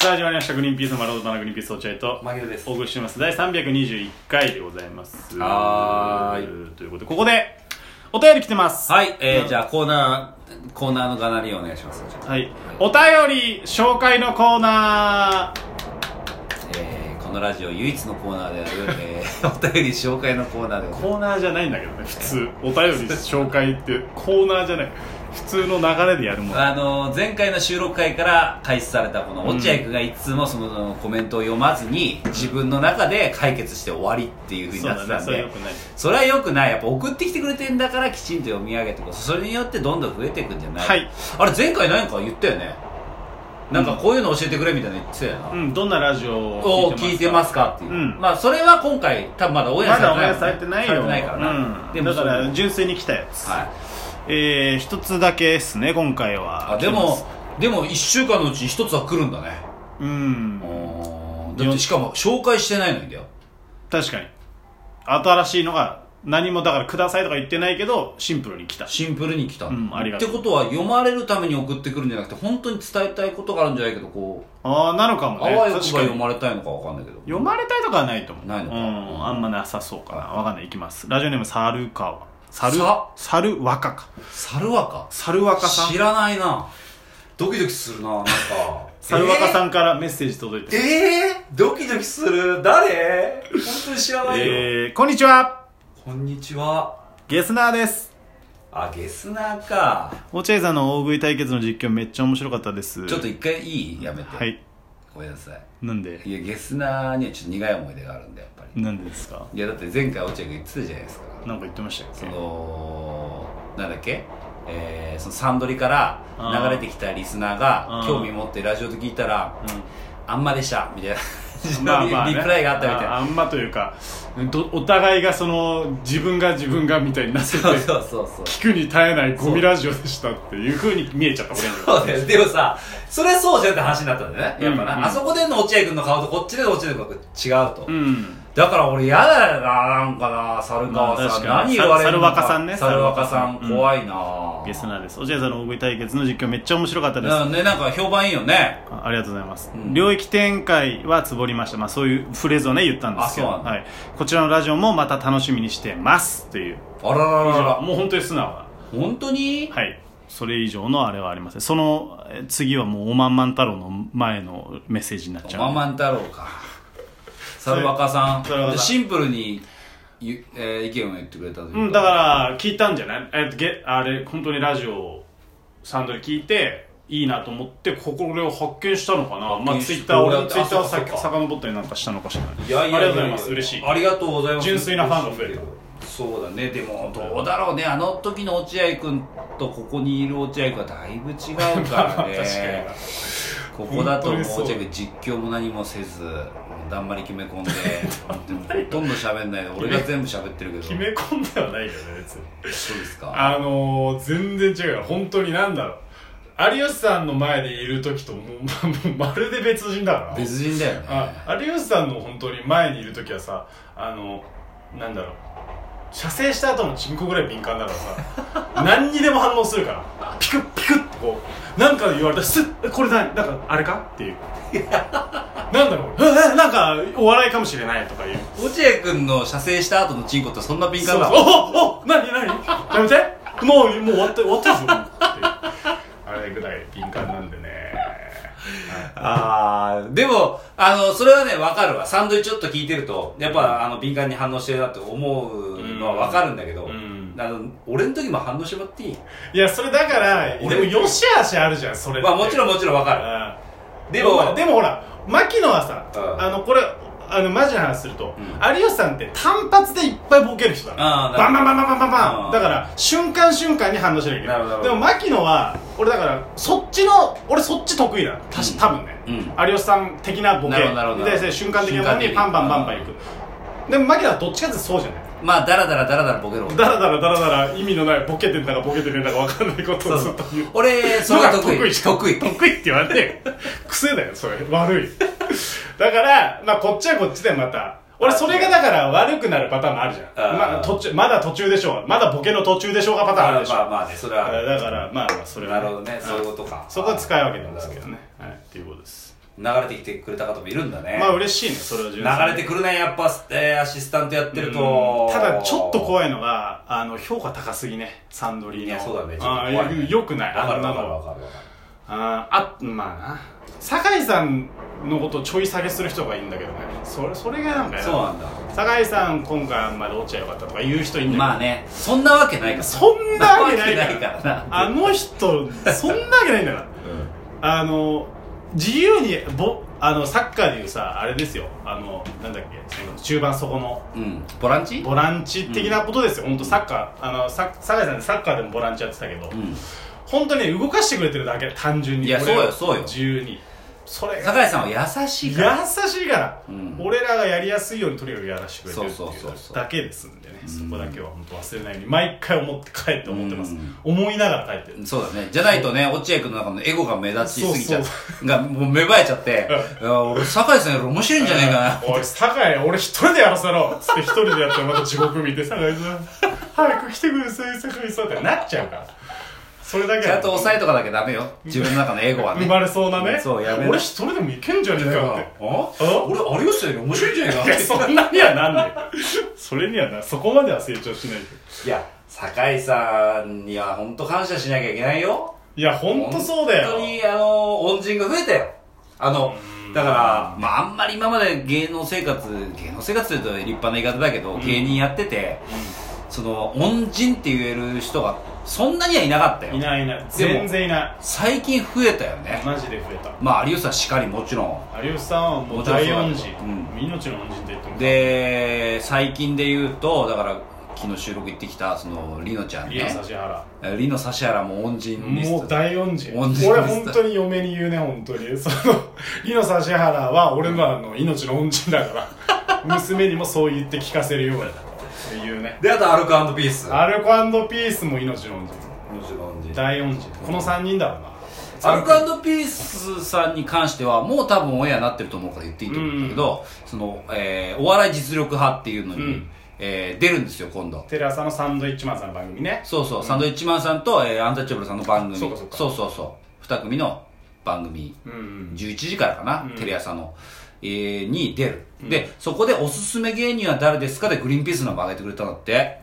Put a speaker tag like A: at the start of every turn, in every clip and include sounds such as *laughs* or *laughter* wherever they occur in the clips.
A: さあ始まりました「グリーンピースの丸太のグリーンピース落合」と
B: マギロです
A: お送りしております第321回でございます
B: はー
A: ということでここでお便り来てます
B: はい、えー、じゃあコーナー、コーナーのがなりをお願いします。
A: はい、お便り紹介のコーナー
B: えー、このラジオ唯一のコーナーである、え
A: *laughs*
B: ー、お便り紹介のコーナーでございま
A: コーナーじゃないんだけどね普通お便り紹介ってコーナーじゃない普通の流れでやるもん
B: す。あのー、前回の収録回から開始されたこの
A: うん
B: 落合君がいつもそのそのコメントを読まずに自分の中で解決して終わりっていうふうに
A: そう
B: なって
A: だね
B: たん
A: それ
B: で
A: よくない
B: それはよくないやっぱ送ってきてくれてんだからきちんと読み上げてこうそれによってどんどん増えていくんじゃない、
A: はい
B: あれ前回何か言ったよねなんかこういうの教えてくれみたいなの言ってたよな、
A: うんどんなラジオ
B: を
A: を
B: 聞いてますすかっていう、
A: うん
B: まあそれは今回多分まだオン
A: ま
B: エア
A: だお
B: さ
A: 前
B: れてな
A: されてな
B: い
A: いよ
B: されてないからな、
A: うん
B: でも
A: だから
B: はい、
A: 純粋に来たやつえー、一つだけですね今回は
B: あでもでも1週間のうち1つは来るんだね
A: うん
B: だってしかも紹介してないのにだよ
A: 確かに新しいのが何もだからくださいとか言ってないけどシンプルに来た
B: シンプルに来た、
A: うんありがとう
B: ってことは読まれるために送ってくるんじゃなくて本当に伝えたいことがあるんじゃないけどこう
A: ああなのか
B: あ
A: も
B: わ
A: ね
B: よく
A: 確
B: ば
A: か
B: 読
A: に
B: まれたいのかわかんないけど
A: 読まれたいとかはないと思う
B: ないのか
A: うんあんまなさそうかなわかんないいきますラジオネームサルカワサル
B: さ
A: サルワカか
B: サルワカ
A: サルワカさん
B: 知らないなドキドキするななんか
A: サルワカさんからメッセージ届いてます
B: えー、ドキドキする誰本当に知らないよ、
A: えー、こんにちは
B: こんにちは
A: ゲスナーです
B: あゲスナーか
A: 落合さんの大食い対決の実況めっちゃ面白かったです
B: ちょっと一回いいやめて、
A: はい
B: ごめんなさい
A: なんで
B: いやゲスナーにはちょっと苦い思い出があるんだやっぱり
A: なんでですか
B: いやだって前回落合君言ってたじゃないですか
A: なんか言ってましたっ
B: そ
A: け
B: のなんだっけえー、そのサンドリから流れてきたリスナーが
A: うん
B: 興味持ってラジオで聞いたら
A: うん
B: 「あんまでした」みたいな
A: *laughs* まあまあね
B: リプライがあったみたいな
A: ああんまというかどお互いがその自分が自分がみたいになってて
B: そうそうそうそう
A: 聞くに耐えないゴミラジオでしたっていうふうに見えちゃった俺には
B: そうだよ。でもさ、それそうじゃんって話になったんだよね。やっぱな。
A: うんうん
B: あそこでの落合君の顔とこっちでの落合君の顔が違うと。
A: うん
B: だから俺嫌だよな、なんかな、猿川さ
A: ま
B: ん。
A: あ確か
B: 何
A: に
B: 言われるの
A: 猿
B: か
A: 若さんね
B: 猿若さん、
A: 猿若さん
B: 怖いな
A: ゲスナーです落合さんの大食い対決の実況めっちゃ面白かったです
B: なね、なんか評判いいよね。
A: あありがとうございます、
B: うん
A: 領域展開はつぼりました、まあ、そういうフレーズをね言ったんですけど、
B: あそうなんだ
A: はい、こちらのラジオもまた楽しみにしてますっていう
B: あらららら。
A: もう本当に素直な
B: 本当に
A: はいそれ以上のあれはありませんそのえ次はもうおまんまん太郎の前のメッセージになっちゃう
B: ママン太郎か。猿若さ
A: 猿若さ
B: ん。
A: ん
B: シンプルに、ゆえー意見を言ってくれたという
A: うん、だから聞いたんじゃないえっとげあれ本当にラジオをサンドで聞いていいなと思ってこれを発見したのかな、まあ、
B: 発見し
A: ツイッター
B: 俺だ
A: 俺
B: って
A: ツイッターを
B: あそっかそっか
A: さかのぼったりなんかしたのかしらない
B: いやいや
A: ありがとうございます嬉しい
B: ありがとうございます
A: 純粋なファンが増える
B: そうだねでもどうだろうねあの時の落合君とここにいる落合君はだいぶ違うから
A: *laughs* 確かに
B: ねここだとも
A: 本当
B: う
A: にそう
B: 落合君実況も何もせずだんまり決め込ん
A: *laughs*
B: ででもほとんど喋んないで俺が全部喋ってるけど
A: 決め込んではないよね別に
B: そうですか
A: あのー、全然違うよ本当になんだろう有吉さんの前でいる時ともうま *laughs* もうまるで別人だから
B: 別人だよね
A: あ有吉さんの本当に前にいる時はさあのなんだろう射精した後のチンコぐらい敏感だから
B: *laughs*
A: さ何にでも反応するからピクッピクッってこうなんか言われたらスッえこれ何なんかあれかっていうなんだろうこれええなんかお笑いかもしれないとか言う
B: 落合君の射精した後のチンコってそんな敏
A: そう
B: 感な
A: そう
B: の
A: おおお何何やめてもうもう終わって終わってるぞもうっていうあれぐらい敏感なんでね
B: あーでも、あの、それはね、わかるわ。サンドイッチちょっと聞いてると、やっぱ、あの、敏感に反応してるなって思うのはわかるんだけど、
A: うん
B: あの、俺の時も反応してもらっていい
A: いやそれだからでも
B: 俺
A: よしあしあるじゃんそれって
B: まあ、もちろんもちろんわかる。
A: で
B: で
A: も
B: も、
A: でもほら牧野はさ、
B: うん
A: あのこれあのマジな話すると、
B: う
A: 有吉さんって単発でいっぱいボケる人だ
B: あーな
A: バン
B: る
A: バンバンバンバンバン
B: う
A: バン
B: ん
A: だから瞬間瞬間に反応しなきゃいけない
B: なるほど
A: でも牧野は俺だからそっちの俺そっち得意だたし、
B: うん
A: 多分ね、
B: う
A: 有吉さん的なボケ
B: なるほどなるほど
A: に対して瞬間的なものに
B: 瞬間的に
A: パンパンパンパンいく、でも牧野はどっちかっていうとそうじゃない
B: まあ、だらだらだらだらボケる俺。
A: だらだらだらだら意味のないボケてんだかボケてねえんだか分かんないことをずっと言う
B: 俺、それが得意。
A: *laughs* 得
B: 得
A: 意
B: 意。
A: 得意って言われて癖だよそれ悪いだから、まあ、こっちはこっちでまた俺それがだから悪くなるパターンもあるじゃ
B: あ
A: ん
B: ー
A: まあ、途中まだ途中でしょうまだボケの途中でしょうがパターンあるでしょ
B: まあまあね、それは。
A: だからまあまあそれは、
B: なるほどねそういうことか
A: そこは使い分けなんですけどね、はい、っていうことです
B: 流れてきてくれた方もいるんだね。
A: まあ嬉しいねそれは純
B: 流
A: 粋に
B: れてくるね、やっぱ、えーアシスタントやってる
A: う
B: と
A: ん。ただちょっと
B: い。
A: 怖いのがあの評価高すぎねサンドリーの
B: いや、そうだね。ちょっ
A: あ
B: と
A: あ
B: 怖いね
A: よくない
B: わか
A: あん
B: る
A: な
B: わかる
A: の
B: わかるわかる。
A: あーあまあな酒井さんのことちょい下げする人がいいんだけどねそれそれがなんかや
B: そうなんだ。
A: 酒井さん今回あんまり落ちゃよかったとか言う人いんだけど
B: まあね、そんなわけないから。
A: そんなわけないから
B: そんなわけないからな
A: あの人そんなわけないんだからあの自由にぼあのサッカーでいうさあれですよあのなんだっけその中盤そこの
B: うん。うん。ボランチ
A: ボランチ的なことですよ、本当サッカーあのさ酒井さんってサッカーでもボランチやってたけど、
B: うん。
A: 本当に動かしてくれてるだけ単純に
B: いや
A: 俺らを
B: そうよそうよ
A: 自由にそれが
B: 酒井さんは優しい
A: 優
B: から。
A: しいから、
B: うん
A: 俺らがやりやすいようにとにかくやらせてくれてるって
B: そうそうそう
A: い
B: そう
A: うだけですんでね
B: ん
A: そこだけは本当忘れないように毎回思って帰って思ってます、
B: うん
A: 思いながら帰ってる
B: そうだね。じゃないとね、落合君の中のエゴが目立ちすぎちゃう。
A: そ
B: が、もう芽生えちゃって、いや俺、酒井さんより面白いんじゃないかな。
A: *laughs* おい酒井俺一人でやらせろっつって一人でやってまた地獄見て酒井さん早く来てください酒井さんってなっちゃうからそれだけ
B: ちゃんと抑えとかなきゃダメよ。自分の中のエゴはね。
A: 生まれそうなね
B: そうやめろ
A: 俺一人でもいけんじゃねえかって
B: あ
A: あ
B: 俺、有吉さんより面白いんじゃないか
A: い
B: な
A: やそんなにはなんないそれにはなそこまでは成長しないけど
B: いや、酒井さんには本当感謝しなきゃいけないよ。
A: いやほんとそうだよ
B: 本当に、あの、恩人が増えたよ。あの、だから、まあ、あんまり今まで芸能生活、芸能生活というと立派な言い方だけど、
A: ん
B: 芸人やってて、その、恩人って言える人が、そんなにはいなかったよ。
A: いないいない
B: でも
A: 全然いな
B: 最近増えたよ
A: い
B: ね。
A: マジで増えた
B: まあ、有吉さんしかりもちろん。
A: 有吉さんはもう大恩人、
B: う
A: 命の恩人って言っても
B: で最近で言うとだから昨日収録行ってきたそのリノちゃん
A: リア
B: ね
A: 指原
B: リノ指原も恩人リス
A: も
B: ト
A: う大恩人
B: 恩人
A: 俺
B: リスト
A: 本当に嫁に言うね本当にそのリノ指原は俺らの命の恩人だから
B: *laughs*
A: 娘にもそう言って聞かせるように言うね
B: であとアルコピースア
A: アルコピースも命の恩人
B: ル
A: 大恩人この3人だろうな
B: コピースさんに関してはもう多分オンエアになってると思うから言っていいと思うんだけど、そのえーお笑い実力派っていうのに、
A: うん
B: えー出るんですよ今度
A: テレ朝のサンドイッチマンさんの番組ね
B: そうそう、サンドイッチマンさんと、えーアンタッチャブルさんの番組
A: そうかそうか
B: そうそうそう2組の番組
A: うん
B: 11時からかな、
A: うん
B: テレ朝の、えーに出る、でそこで「おすすめ芸人は誰ですか?」でグリーンピースの番上げてくれたんだって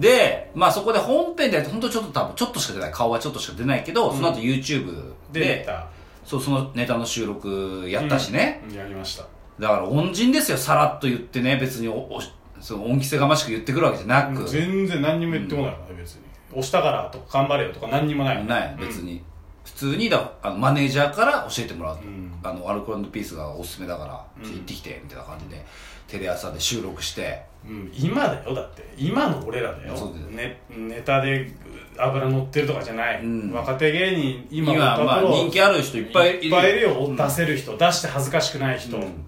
B: で、まあ、そこで本編でやって本当ちょっと多分ちょっとしか出ない顔はちょっとしか出ないけど、その後 YouTube で
A: で出た
B: そうそのネタの収録やったしね、
A: うんやりました
B: だから恩人ですよさらっと言ってね別におおその恩着せがましく言ってくるわけじゃなく、
A: 全然何にも言ってこないからね別に押したからとか頑張れよとか何にもない
B: ない別に、普通にだあのマネージャーから教えてもらう、
A: ん
B: あのアルコピースがおすすめだから、行ってきてみたいな感じでテレ朝で収録して
A: うん今だよだって今の俺らだよ
B: そうだよ
A: ね、ネタで油乗ってるとかじゃない、
B: うん
A: 若手芸人今
B: 今まあ人気ある人いっぱいいる
A: いっぱいいるよ、出せる人出して恥ずかしくない人、
B: うん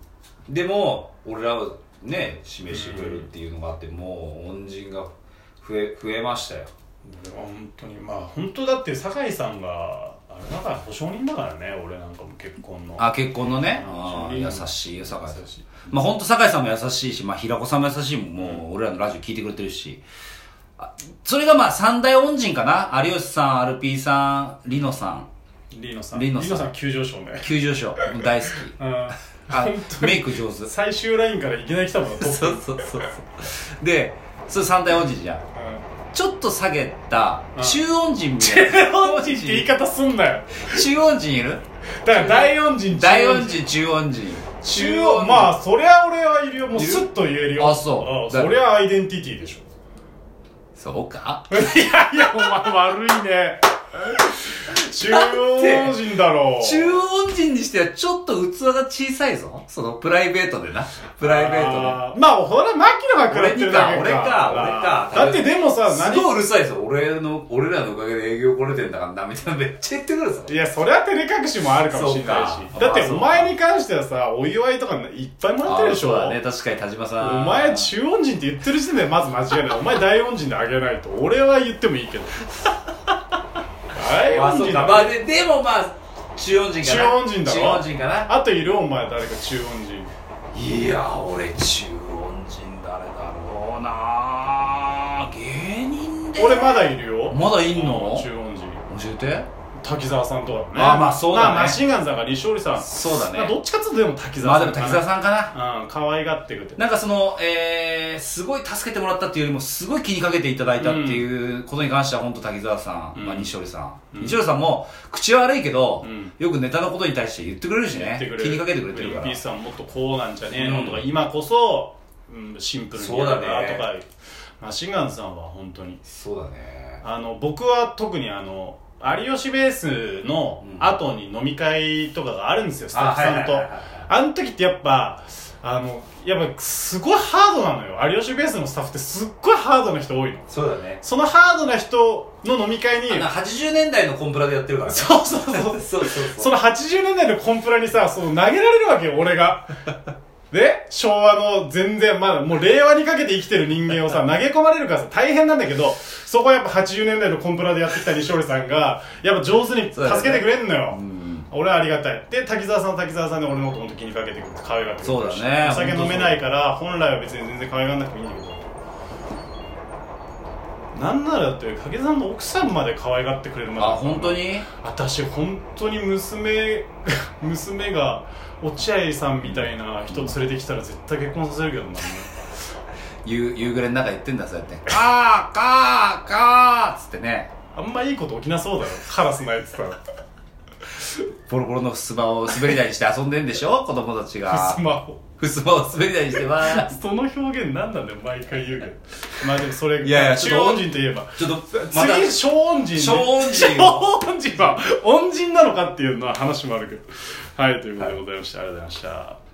B: でも俺らをね示してくれるっていうのがあって、もう恩人が増え増えましたよ
A: 本当にまあ本当だって酒井さんがあれだから保証人だからね俺なんかも結婚の
B: あ結婚のねあ
A: うん
B: ー優しいよ酒井さん
A: 優しい
B: まあ本当酒井さんも優しいし、まあ、平子さんも優しいもんもう俺らのラジオ聞いてくれてるしあそれがまあ三大恩人かな有吉さんアルピーさんリノさん
A: リノさん
B: リノさん
A: 急上昇ね
B: 急上昇大好き
A: うん
B: あ
A: 本当に
B: メイク上手そう
A: 最終ラインからいきなり来たもんなトップ
B: そうそうそうでそれ三大恩人じゃんちょっと下げた
A: うん
B: 中音人みたいな
A: うんって言い方すんなよ
B: 中音人いる
A: だから大恩人
B: 大音人中音人
A: 中央まあそりゃ俺はいるよもう
B: いる
A: スッと言えるよ
B: あそう
A: そりゃアイデンティティでしょ
B: そうか
A: いやいやお前悪いね中央人だろ
B: 中音人にしてはちょっと器が小さいぞそのプライベートでなプライベー
A: あーまあほら牧野が食らってるだけか
B: 俺にか俺か
A: あーだってでもさ
B: トです
A: 何
B: ごいうるさいぞ俺の俺らのおかげで営業来れてんだからなみたいなめっちゃ言ってくるぞ
A: いやそれは照れ隠しもあるかもしれない
B: そうか
A: しだって
B: まあそう
A: お前に関してはさお祝いとかいっぱいもらってるでしょ
B: あーそうだね確かに田島さん
A: お前中音人って言ってる時点でまず間違いないお前大音人であげないと俺は言ってもいいけど大
B: ま *laughs* あ
A: 音
B: そ
A: 人
B: う
A: だ
B: かまあででもまあ中音人かな
A: 中音人だろ
B: 中音人かな
A: あといるお前誰か中音人
B: いや俺中音人誰だろうな芸人で
A: 俺まだいるよ
B: まだいんの
A: 中音人
B: 教えて
A: 滝沢さんとかだね
B: あまあそうだね
A: まあ、マシンガンズだから西織さん
B: そうだね
A: まあ、どっちかっていうとでも滝
B: ま
A: 沢
B: あ
A: さん
B: でも
A: かな
B: 滝沢さんかな
A: うん可愛がってくれて
B: なんかその、えー、すごい助けてもらったっていうよりも、すごい気にかけていただいたっていうことに関しては、本当滝沢さん、
A: うん
B: まあ西織さん。
A: うん
B: 西織さんも、口は悪いけど、
A: うん
B: よくネタのことに対して言ってくれるし
A: や
B: ね
A: ってくれ。る
B: 気にかけてくれてるか
A: グリーンピー
B: ら
A: ス。さんもっとこうなんじゃねえのとか、
B: うん
A: 今こそ、うん、シンプルにやるな
B: そ
A: と
B: う
A: か
B: だ、
A: マシンガンズさんは本当に
B: そうだね。
A: あの僕は特にあの有吉ベースの
B: うん
A: 後に飲み会とかがあるんですよ、スタッ
B: あ
A: フさんと、
B: はいはいはいはい
A: あの時ってやっぱあのやっぱすごいハードなのよ有吉ベースのスタッフってすっごいハードな人多いの
B: そうだね。
A: そのハードな人の飲み会に
B: あの80年代のコンプラでやってるからね。
A: そうそうそう
B: そうそう
A: その80年代のコンプラにさ、その投げられるわけよ、俺
B: *laughs*
A: が。で、昭和の全然まだ、もう令和にかけて生きてる人間をさ、投げ込まれるからさ、大変なんだけど、そこはやっぱ80年代のコンプラでやってきた西織さんが、やっぱ上手に助けてくれんのよ。
B: うん
A: 俺はありがたい。で、滝沢さんは滝沢さんで俺のこと本当気にかけてくれて、可愛がってくれてるし
B: そうだね
A: お酒飲めないから、本来は別に全然可愛がんなくてもいいんだけど。なんならだって、滝沢さんの奥さんまで可愛がってくれるまで
B: あ、本当に
A: 私本当に娘 *laughs* 娘が落合さんみたいな人連れてきたら絶対結婚させるけどな
B: 夕夕暮れの中言ってん
A: *laughs*
B: だ、そうやって。かーかーかーっつってね。
A: あんまいいこと起きなそうだよカラスのやつさ
B: ボロボロの襖を滑り台にして遊んでんでしょ子供た
A: *laughs*
B: ちが
A: ス。マホ
B: 襖を滑り台にしてわー
A: その表現何なんだよ毎回言うけどまあでもそれ
B: いやいやち
A: 中
B: ょっと
A: 音人といえば
B: ちょっと、また、
A: 次小音人ね
B: 小音人
A: 小音人は音人なのかっていうのは話もあるけどはいということでございました、ありがとうございました